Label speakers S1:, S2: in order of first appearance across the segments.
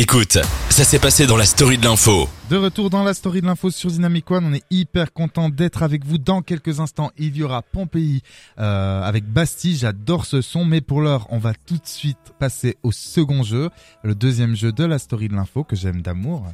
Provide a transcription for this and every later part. S1: Écoute, ça s'est passé dans la story de l'info.
S2: De retour dans la story de l'info sur Dynamic One, on est hyper content d'être avec vous dans quelques instants. Il y aura Pompéi euh, avec Bastille, j'adore ce son, mais pour l'heure, on va tout de suite passer au second jeu, le deuxième jeu de la story de l'info que j'aime d'amour.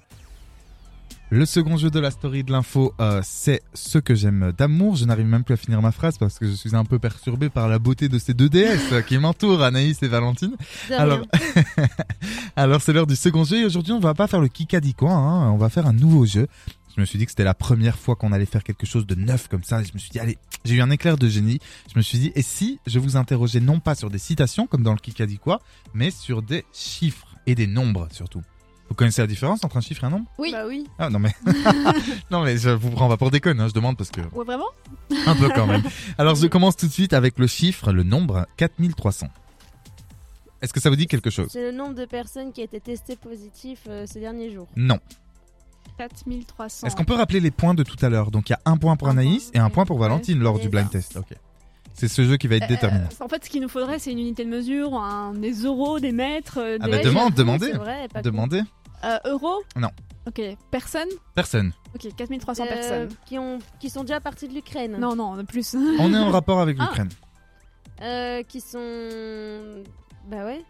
S2: Le second jeu de la story de l'info, euh, c'est ce que j'aime d'amour. Je n'arrive même plus à finir ma phrase parce que je suis un peu perturbé par la beauté de ces deux déesses qui m'entourent, Anaïs et Valentine.
S3: De
S2: Alors,
S3: rien.
S2: Alors c'est l'heure du second jeu et aujourd'hui on va pas faire le Kikadi coin, hein, on va faire un nouveau jeu. Je me suis dit que c'était la première fois qu'on allait faire quelque chose de neuf comme ça. Et je me suis dit allez, j'ai eu un éclair de génie. Je me suis dit et si je vous interrogeais non pas sur des citations comme dans le Kikadi quoi, mais sur des chiffres et des nombres surtout. Vous connaissez la différence entre un chiffre et un nombre
S3: Oui.
S4: Bah oui.
S2: Ah non mais non mais je vous prends pas pour déconne, hein, je demande parce que
S4: Ouais, vraiment
S2: un peu quand même. Alors je commence tout de suite avec le chiffre, le nombre 4300. Est-ce que ça vous dit quelque chose
S3: C'est le nombre de personnes qui a été testées positives euh, ces derniers jours.
S2: Non.
S4: 4300.
S2: Est-ce qu'on peut rappeler les points de tout à l'heure Donc il y a un point pour
S3: Un
S2: Anaïs et
S3: point.
S2: un point pour
S3: Ouais.
S2: Valentine lors
S3: Et
S2: du blind
S3: ben.
S2: test. Ok. C'est ce jeu qui
S4: Euh,
S2: va être déterminant.
S4: En fait, ce qu'il nous faudrait, c'est une unité de mesure, un, des euros, des mètres, euh,
S2: Ah
S4: des
S2: bah,
S3: Ouais,
S2: demande,
S3: j'avoue,
S2: demandez.
S3: c'est vrai, elle est pas
S2: Demandez
S4: Euh, euros.
S2: Non.
S4: Ok, personnes
S2: Personne.
S4: Ok, 4300
S3: Euh,
S4: personnes.
S3: Qui, ont, qui sont déjà partis de l'Ukraine.
S4: Non, non, de plus.
S2: On est en rapport avec
S4: Ah.
S2: l'Ukraine.
S3: Euh, qui sont. Bah ouais.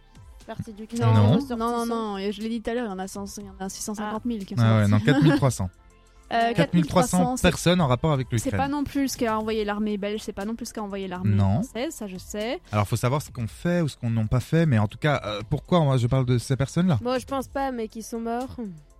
S3: Partis d'Ukraine.
S2: Non. Non.
S3: ressortissants.
S4: non, non, non, et je l'ai dit tout à l'heure, il y en a, 100 il y en a 650 000 qui
S2: Ah ouais,
S4: sont
S2: non,
S4: sortis.
S2: 4300.
S4: Euh,
S2: 4300
S4: 4300, c'est-
S2: personnes en rapport avec
S4: c'est pas
S2: l'Ukraine.
S4: non plus ce qu'a envoyé l'armée belge, c'est pas non plus ce qu'a envoyé l'armée
S2: Non.
S4: française, ça je sais.
S2: Alors faut savoir ce qu'on fait ou ce qu'on n'a pas fait, mais en tout cas, euh, pourquoi moi, je parle de ces personnes-là
S3: Moi je pense pas, mais qui sont morts.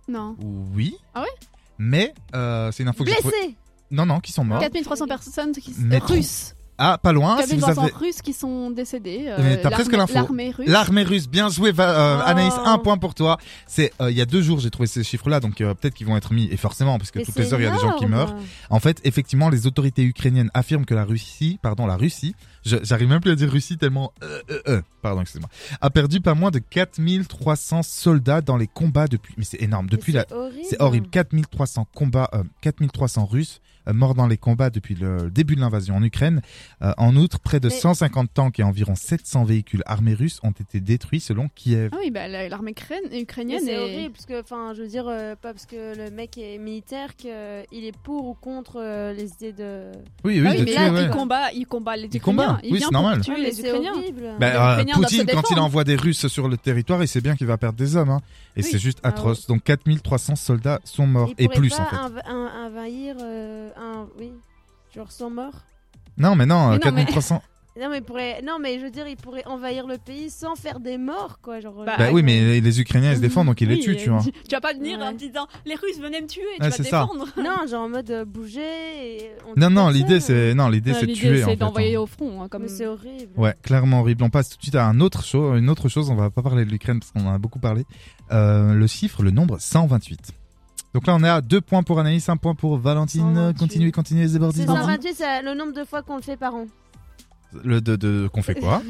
S4: Non.
S2: Oui.
S4: Ah ouais
S2: Mais euh, c'est une info que j'ai trouvée.
S3: Blessés
S2: Non, non, qui sont morts.
S4: 4300 personnes qui...
S2: Mais trop.
S4: russes.
S2: Ah, pas loin. Si vous
S4: 4300
S2: avez
S4: russes qui sont décédés. euh,
S2: Mais t'as presque
S4: l'armée-
S2: l'info.
S4: L'armée russe.
S2: L'armée russe, bien joué Va- euh,
S3: Oh.
S2: Anaïs, un point pour toi. C'est euh, il y a deux jours j'ai trouvé ces chiffres-là, donc euh, peut-être qu'ils vont être mis. Et forcément, parce que
S3: Mais
S2: toutes les
S3: c'est
S2: heures il y a des gens qui
S3: énorme.
S2: meurent. En fait, effectivement, les autorités ukrainiennes affirment que la Russie, pardon, la Russie, je- j'arrive même plus à dire Russie tellement, euh, euh, euh, pardon, excusez-moi, a perdu pas moins de 4300 soldats dans les combats depuis. Mais c'est énorme.
S3: Mais
S2: Depuis la,
S3: c'est horrible.
S2: c'est horrible. 4300 combats, euh, 4300 Russes euh, morts dans les combats depuis le début de l'invasion en Ukraine. Euh, en outre, près de
S3: Mais-
S2: 150 tanks et environ 700 véhicules armés russes ont été détruits selon Kiev.
S4: Ah oui, bah, la- l'armée crane-
S3: Mais
S4: ukrainienne
S3: c'est
S4: est...
S3: horrible parce que, enfin, je veux dire, euh, pas parce que le mec est militaire qu'il est pour ou contre euh, les idées de.
S2: Oui, oui,
S4: Ah oui,
S2: de
S4: mais
S2: tuer,
S4: là,
S2: ouais.
S4: il combat, il combat les
S2: Il
S4: Ukrainiens.
S2: combat, oui,
S4: vient
S2: c'est
S4: pour
S2: normal.
S4: tuer
S3: Ouais, mais
S4: les
S3: c'est
S4: Ukrainiens.
S3: horrible.
S2: Bah,
S4: Les
S2: euh,
S4: Ukrainiens doivent
S2: Poutine,
S4: se
S2: quand il
S4: défendre.
S2: envoie des Russes sur le territoire, il sait bien qu'il va perdre des hommes. Hein. Et
S4: Oui.
S2: c'est juste
S3: Ah ouais.
S2: atroce. Donc 4300 soldats sont morts.
S3: Ils
S2: Et
S3: pourraient
S2: plus,
S3: pas
S2: en fait.
S3: inv- un- envahir euh, un. Oui. Genre sans mort.
S2: Non, euh, mais non,
S4: Mais non,
S2: 4300.
S3: Non mais, ils pourraient- non, mais je veux dire, ils pourraient envahir le pays sans faire des morts, quoi. Genre, euh,
S4: Bah,
S2: Bah oui, mais les- les Ukrainiens, ils se défendent, donc ils les
S4: Ah, Oui, euh,
S2: tuent,
S4: et-
S2: tu vois.
S4: Tu vas pas venir
S3: Ouais.
S4: en disant les Russes venaient me tuer, tu
S2: Ouais,
S4: vas
S2: c'est
S4: te
S2: ça.
S4: défendre.
S3: Non, genre en mode euh, bouger. Et on
S2: Non,
S3: dit
S2: non,
S3: pas ça.
S2: l'idée, c'est, non, l'idée,
S4: Ouais,
S2: c'est de
S4: l'idée,
S2: tuer, en
S4: c'est
S2: fait,
S4: d'envoyer
S2: hein.
S4: au front. hein, comme...
S3: Mais c'est horrible.
S2: Ouais, clairement horrible. On passe tout de suite à un autre chose, une autre chose. On va pas parler de l'Ukraine parce qu'on en a beaucoup parlé. Euh, le chiffre, le nombre 128. Donc là, on est à deux points pour Anaïs, un point pour Valentine.
S3: 128.
S2: Continuez, continuez les
S3: C'est
S2: ébordinements.
S3: 128, c'est le nombre de fois qu'on le fait par an.
S2: Le de, de qu'on fait quoi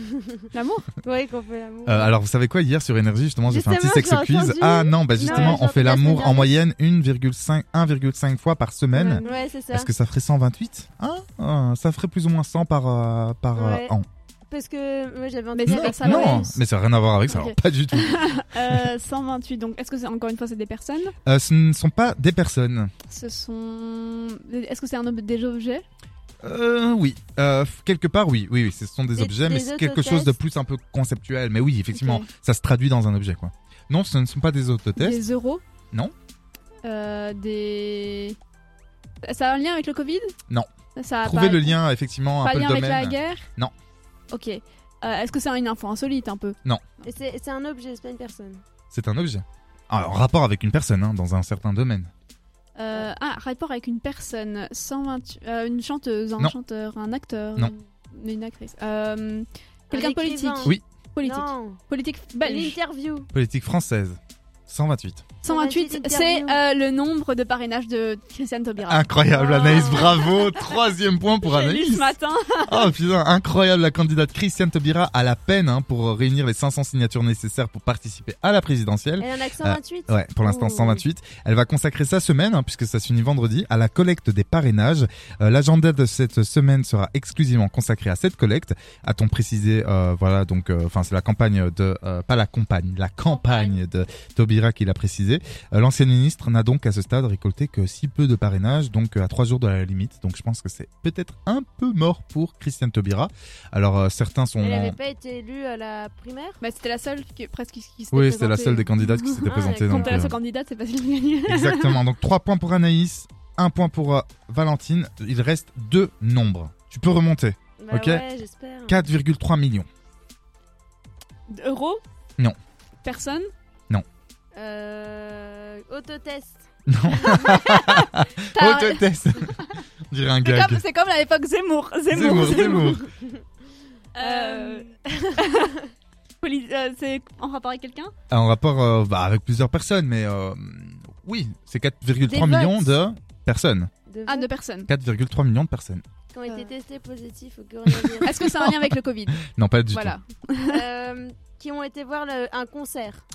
S4: L'amour
S3: Oui, qu'on fait l'amour.
S2: Euh, alors vous savez quoi hier sur énergie justement j'ai fait un petit
S3: Justement,
S2: sexe
S3: j'ai
S2: quiz.
S3: entendu.
S2: Ah non bah
S3: Non, j'ai
S2: justement on
S3: entendu
S2: fait
S3: la semaine
S2: l'amour en
S3: dernière.
S2: moyenne 1,5 1,5 fois par semaine.
S3: ouais, c'est ça.
S2: Est-ce que ça ferait 128 Hein Euh, Ça ferait plus ou moins 100 par euh, par euh,
S3: Ouais.
S2: an.
S3: Parce que moi j'avais
S4: Mais
S3: entendu
S4: c'est
S3: avec
S4: pas ça,
S3: ma
S4: ouais.
S2: non,
S3: mère.
S2: mais ça n'a rien à voir avec ça,
S4: Ok.
S2: alors pas du tout.
S4: Euh, 128, donc est-ce que c'est encore une fois c'est des personnes
S2: Euh, ce ne sont pas des personnes.
S4: Ce sont. Est-ce que c'est un ob- des objets
S2: Euh, oui, Euh, quelque part oui, oui, oui, ce sont des
S3: Des-
S2: objets, mais
S3: des
S2: c'est quelque chose de
S3: autotests.
S2: plus un peu conceptuel. Mais oui, effectivement,
S4: Ok.
S2: ça se traduit dans un objet quoi. Non, ce ne sont pas des autotests.
S4: Des euros
S2: Non.
S4: Euh, des. Ça a un lien avec le Covid
S2: Non.
S4: Ça a
S2: Trouvez
S4: pas-
S2: le lien effectivement un
S4: Pas
S2: peu le
S4: lien
S2: domaine.
S4: avec la guerre
S2: Non.
S4: Ok. Euh, est-ce que c'est une info insolite un peu
S3: Et C'est c'est un objet, c'est pas une personne.
S2: C'est un objet. Ah, en rapport avec une personne, hein, dans un certain domaine.
S4: Euh, ah, rapport avec une personne, 120, euh, une chanteuse, un
S2: Non.
S4: chanteur, un acteur,
S2: Non.
S4: une, une actrice, Euh, quelqu'un
S3: Un
S4: de politique,
S3: écrivain.
S2: Oui.
S4: politique, Bah,
S3: Non.
S4: politique belge,
S3: L'interview.
S2: Politique française. 128.
S4: 128, c'est euh, le nombre de parrainages de Christiane Taubira.
S2: Incroyable,
S3: Ah.
S2: Anaïs, bravo. Troisième point pour
S4: J'ai lu
S2: Anaïs.
S4: ce matin.
S2: Oh putain, incroyable la candidate Christiane Taubira à la peine hein, pour euh, réunir les 500 signatures nécessaires pour participer à la présidentielle.
S3: Elle en a que 128.
S2: Ah, Ouais, pour l'instant
S3: Ouh.
S2: 128. Elle va consacrer sa semaine, hein, puisque ça s'unit vendredi, à la collecte des parrainages. Euh, L'agenda de cette semaine sera exclusivement consacré à cette collecte. A-t-on précisé, euh, voilà, donc, euh, enfin, c'est la campagne de, euh, pas la campagne, la campagne de Taubira qui l'a précisé. Euh, L'ancienne ministre n'a donc à ce stade récolté que si peu de parrainages, donc euh, à trois jours de la limite. Donc, je pense que c'est peut-être un peu mort pour Christiane Taubira. Alors, euh, certains sont...
S3: Elle n'avait pas été élue à la primaire
S4: Bah, c'était la seule qui, presque qui s'était
S2: Oui, c'était la seule des
S4: présentée.
S2: candidates qui s'était
S3: Ah,
S2: présentée.
S4: Quand
S2: donc,
S4: t'es la
S2: euh,
S4: seule candidate, c'est facile de gagner.
S2: Exactement. Donc 3 points pour Anaïs, 1 point pour euh, Valentine. Il reste deux nombres. Tu peux remonter.
S3: Bah
S2: Ok.
S3: ouais, j'espère.
S2: 4,3 millions.
S4: Euros
S2: Non. Oh,
S4: Personne
S3: Euh, autotest.
S2: Oh, tu test. On dirait un
S4: C'est
S2: gag.
S4: comme, c'est comme à l'époque Zemmour. Zemmour,
S2: Zemmour, Zemmour.
S4: Euh, poli- euh, c'est en rapport avec quelqu'un
S2: Ah, En rapport euh, bah, avec plusieurs personnes, mais euh, oui, c'est 4,3
S3: Des
S2: millions
S3: votes.
S2: de personnes.
S3: de
S4: Ah,
S3: votes
S4: de personnes.
S2: 4,3 millions de personnes.
S3: qui ont
S4: Euh.
S3: été testés positifs au coronavirus.
S4: Est-ce que c'est un lien avec le Covid
S2: Non, pas du
S4: Voilà.
S3: Euh, qui ont été voir le- un concert.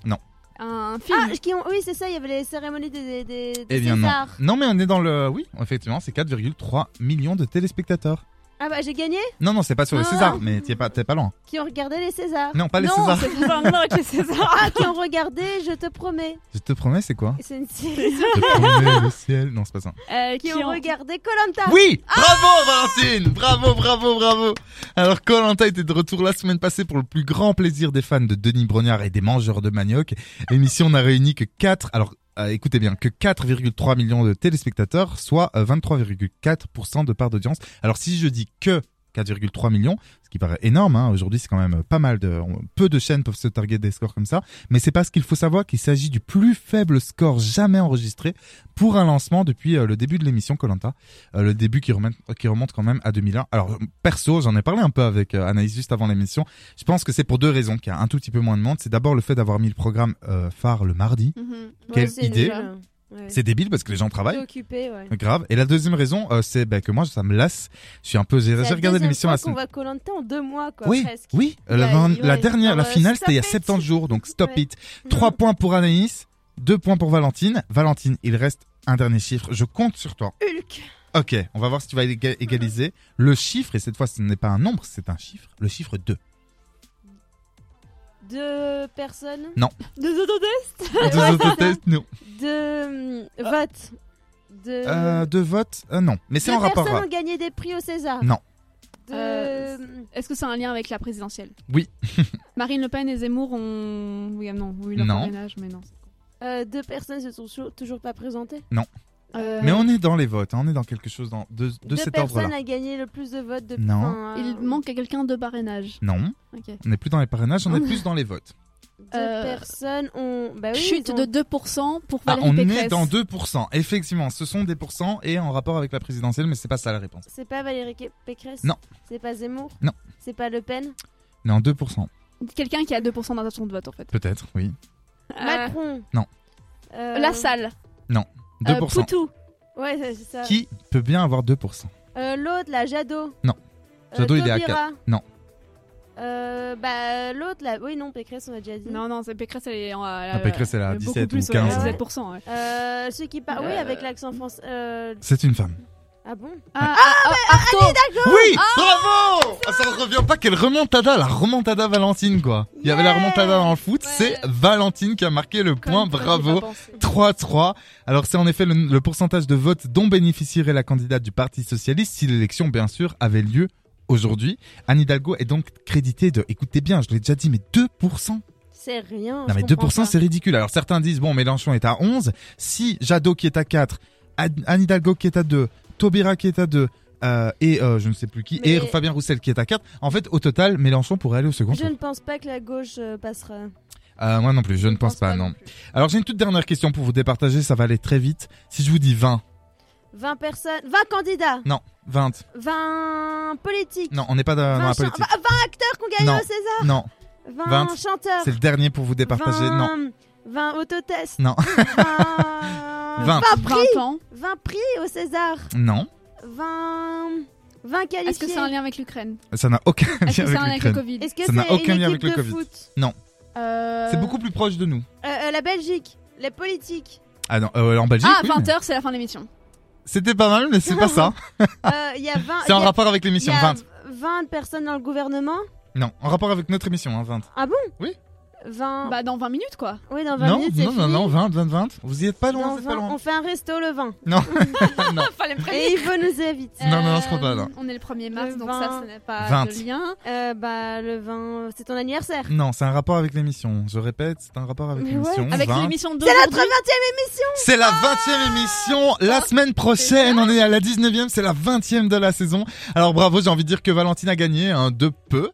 S4: Un film.
S3: Ah, qui ont, oui, c'est ça, il y avait les cérémonies des, des, des
S2: tout. Eh bien non.
S3: Césars.
S2: Non, mais on est dans le... Oui, effectivement, c'est 4,3 millions de téléspectateurs.
S3: Ah bah j'ai gagné
S2: Non, non, c'est pas sur les
S4: Ah.
S2: Césars, mais t'es pas, t'es pas loin.
S3: Qui ont regardé les Césars.
S2: Non, pas les
S4: non,
S2: Césars.
S4: c'est pas un lien avec les Césars.
S3: Ah, qui ont regardé, je te promets.
S2: Je te promets, c'est quoi
S3: C'est une série.
S2: Je te promets le ciel. Non, c'est pas ça.
S4: Euh,
S3: qui ont regardé Colanta.
S2: Oui Bravo Valentine Bravo, bravo, bravo Alors Colanta était de retour la semaine passée pour le plus grand plaisir des fans de Denis Brognard et des mangeurs de manioc. L'émission n'a réuni que 4... Alors euh, écoutez bien, que 4,3 millions de téléspectateurs, soit euh, 23,4% de part d'audience. Alors si je dis que 4,3 millions, ce qui paraît énorme, hein, aujourd'hui c'est quand même pas mal de... on- Peu de chaînes peuvent se targuer des scores comme ça, mais c'est parce qu'il faut savoir qu'il s'agit du plus faible score jamais enregistré pour un lancement depuis euh, le début de l'émission Colanta. Euh, le début qui remonte, qui remonte quand même à 2001. Alors perso, j'en ai parlé un peu avec euh, Anaïs juste avant l'émission. Je pense que c'est pour deux raisons qu'il y a un tout petit peu moins de monde. C'est d'abord le fait d'avoir mis le programme euh, phare le mardi.
S4: Mhm.
S2: Quelle
S3: c'est
S2: idée.
S3: nul. Ouais.
S2: C'est débile parce que les gens travaillent.
S3: occupé, ouais.
S2: Grave. Et la deuxième raison, euh, c'est bah, que moi ça me lasse. Je suis un peu. J'ai j'ai regardé l'émission
S3: à
S2: la
S3: On
S2: semaine.
S3: va Colanta en deux mois, quoi.
S2: Oui,
S3: presque.
S2: oui. euh, La,
S3: Ouais,
S2: van-
S3: ouais,
S2: la dernière, la
S3: genre, euh,
S2: finale, c'était il y a
S3: stop it.
S2: 70 jours, donc stop
S3: Ouais. Mhm.
S2: it. Trois points pour Anaïs, deux points pour Valentine. Valentine, il reste un dernier chiffre. Je compte sur toi.
S3: Hulk.
S2: Ok, on va voir si tu vas éga- égaliser. Le chiffre, et cette fois ce n'est pas un nombre, c'est un chiffre, le chiffre 2.
S3: Deux personnes.
S4: Deux autotests
S2: Deux autotests, non.
S3: Deux hum, votes. Deux.
S2: Euh, deux votes, euh, non. Mais c'est
S3: deux
S2: en rapport.
S3: personnes
S2: à-
S3: ont gagné des prix au César.
S2: Non.
S3: Deux-
S4: Euh, Est-ce que c'est un lien avec la présidentielle
S2: Oui.
S4: Marine Le Pen et Zemmour ont. Oui, ah non, ont eu leur
S2: Non.
S4: parrainage, mais non.
S3: euh, deux personnes se sont chou- toujours pas présentées.
S4: Euh,
S2: Mais on est dans les votes, hein, on est dans quelque chose dans, de, de
S3: deux
S2: cet
S3: personnes
S2: ordre-là.
S3: a gagné le plus de votes depuis.
S2: Non.
S3: enfin, euh,
S4: Il manque à quelqu'un de parrainage.
S2: Non,
S4: Ok.
S2: on n'est plus dans les parrainages, on est plus dans les votes.
S3: Deux
S4: Euh,
S3: personnes ont. Bah oui,
S4: Chute
S3: ils ont-
S4: de 2% pour
S2: Ah,
S4: Valérie
S2: on
S4: Pécresse.
S2: est dans 2%. Effectivement, ce sont des pourcents et en rapport avec la présidentielle, mais c'est pas ça la réponse.
S3: C'est pas Valérie Ké- Pécresse.
S2: Non.
S3: C'est pas Zemmour.
S2: Non.
S3: C'est pas Le Pen.
S4: Euh,
S2: On est en 2%,
S4: Quelqu'un qui a 2% d'intention de vote, en fait.
S2: peut-être, oui.
S3: Macron.
S2: Non.
S4: Euh,
S3: Euh,
S4: La salle. Euh,
S2: 2%.
S4: Poutou.
S3: Ouais, c'est c'est ça.
S2: Qui peut bien avoir 2%
S3: Euh, L'autre, là, Jadot.
S2: Non. Jadot, il est à
S3: Taubira.
S2: Non.
S3: Euh, bah, l'autre, là. Oui, non, Pécresse, on a déjà dit.
S4: Non, non, c'est Pécresse, elle est en.
S3: Euh,
S4: elle-
S2: Ah, Pécresse, elle a
S4: beaucoup
S2: 17 ou
S4: plus, ouais,
S2: 15,
S3: ouais.
S4: 17%, ouais.
S3: Euh, ceux qui parlent. Oui,
S4: Euh.
S3: avec l'accent français. Euh...
S2: C'est une femme.
S3: Ah bon
S4: Ah, ah, ah, Artaud.
S2: Oui,
S4: Ah,
S2: bravo Ah, Ça ne revient pas quelle remontada, la remontada Valentine quoi. Il y avait la
S3: Yeah
S2: remontada dans le foot,
S4: Ouais.
S2: c'est Valentine qui a marqué le point,
S4: Comme- comme j'ai
S2: bravo.
S4: pas pensé.
S2: 3-3. Alors c'est en effet le, le pourcentage de votes dont bénéficierait la candidate du Parti Socialiste si l'élection bien sûr avait lieu aujourd'hui. Anne Hidalgo est donc créditée de, écoutez bien, je l'ai déjà dit, mais 2%.
S3: C'est rien.
S2: Non
S3: je
S2: mais
S3: comprends
S2: 2% c'est ridicule. Alors certains disent, bon Mélenchon est à 11, si Jadot qui est à 4, Ad- Anne Hidalgo qui est à 2, Taubira qui est à 2, euh, et euh, je ne sais plus qui, et
S3: Mais-
S2: Fabien Roussel qui est à 4, en fait au total Mélenchon pourrait aller au second
S3: pas. Je
S2: tour.
S3: ne pense pas que la gauche euh, passera.
S2: Euh, moi non plus, je ne pense pas, non.
S4: plus.
S2: Alors j'ai une toute dernière question pour vous départager, ça va aller très vite. Si je vous dis 20,
S3: 20 personnes. 20 candidats.
S2: non, 20,
S3: 20 politiques.
S2: non, on n'est pas dans, dans
S3: 20,
S2: la
S3: chan-
S2: politique.
S3: 20 acteurs hein, qui ont gagné
S2: Non.
S3: au César.
S2: Non,
S3: 20,
S2: 20,
S3: chanteurs.
S2: c'est le dernier pour vous départager, non.
S3: 20 20 autotests.
S2: Non.
S3: 20...
S2: 20.
S4: 20 ans.
S3: 20 prix au César.
S2: Non,
S3: 20, 20 qualifiés.
S4: Est-ce que c'est un lien avec l'Ukraine
S2: ça n'a aucun lien
S4: Est-ce que c'est un lien
S2: avec
S4: avec le
S2: l'Ukraine.
S4: Covid
S3: Est-ce que
S2: Ça n'a
S3: c'est
S2: aucun
S3: une
S2: lien
S3: équipe
S2: avec le Covid.
S3: de foot
S2: Non.
S3: Euh,
S2: C'est beaucoup plus proche de nous.
S3: euh, euh, la Belgique, les politiques.
S2: Ah non, euh, en Belgique.
S4: Ah,
S2: oui, mais-
S4: 20h, c'est la fin de l'émission.
S2: C'était pas mal, mais c'est pas ça.
S3: Euh, Il y a 20.
S2: Ah. C'est en
S3: il y a-
S2: rapport avec
S3: il y
S2: l'émission 20.
S3: a 20 personnes dans le gouvernement.
S2: Non, en rapport avec notre émission, hein, 20.
S3: 20.
S4: Bah, dans 20 minutes, quoi.
S3: oui, dans 20
S2: Non,
S3: Ah, minutes. c'est
S2: non, non,
S3: fini.
S2: non, 20, 20, 20. Vous y êtes pas loin,
S3: Dans
S2: vous êtes pas
S3: 20,
S2: loin.
S3: On fait un resto le 20.
S2: Non, non.
S4: Fallait me prévenir.
S3: Et il veut nous éviter.
S2: Non, non, on se croit pas, là.
S4: Euh, On est le 1er mars,
S3: Le
S4: donc
S3: 20.
S4: ça, ça n'a pas
S2: 20.
S4: de lien.
S3: Euh, bah, le 20. C'est ton anniversaire.
S2: Non, c'est un rapport avec l'émission. Je répète, c'est un rapport avec
S3: Mais
S2: l'émission.
S4: Avec
S2: 20.
S4: l'émission de.
S3: C'est notre 20
S2: C'est la
S3: Ah
S2: 20e émission. La semaine prochaine, on est à la 19e. C'est la 20e de la saison. Alors bravo, j'ai envie de dire que Valentine a gagné hein, de peu.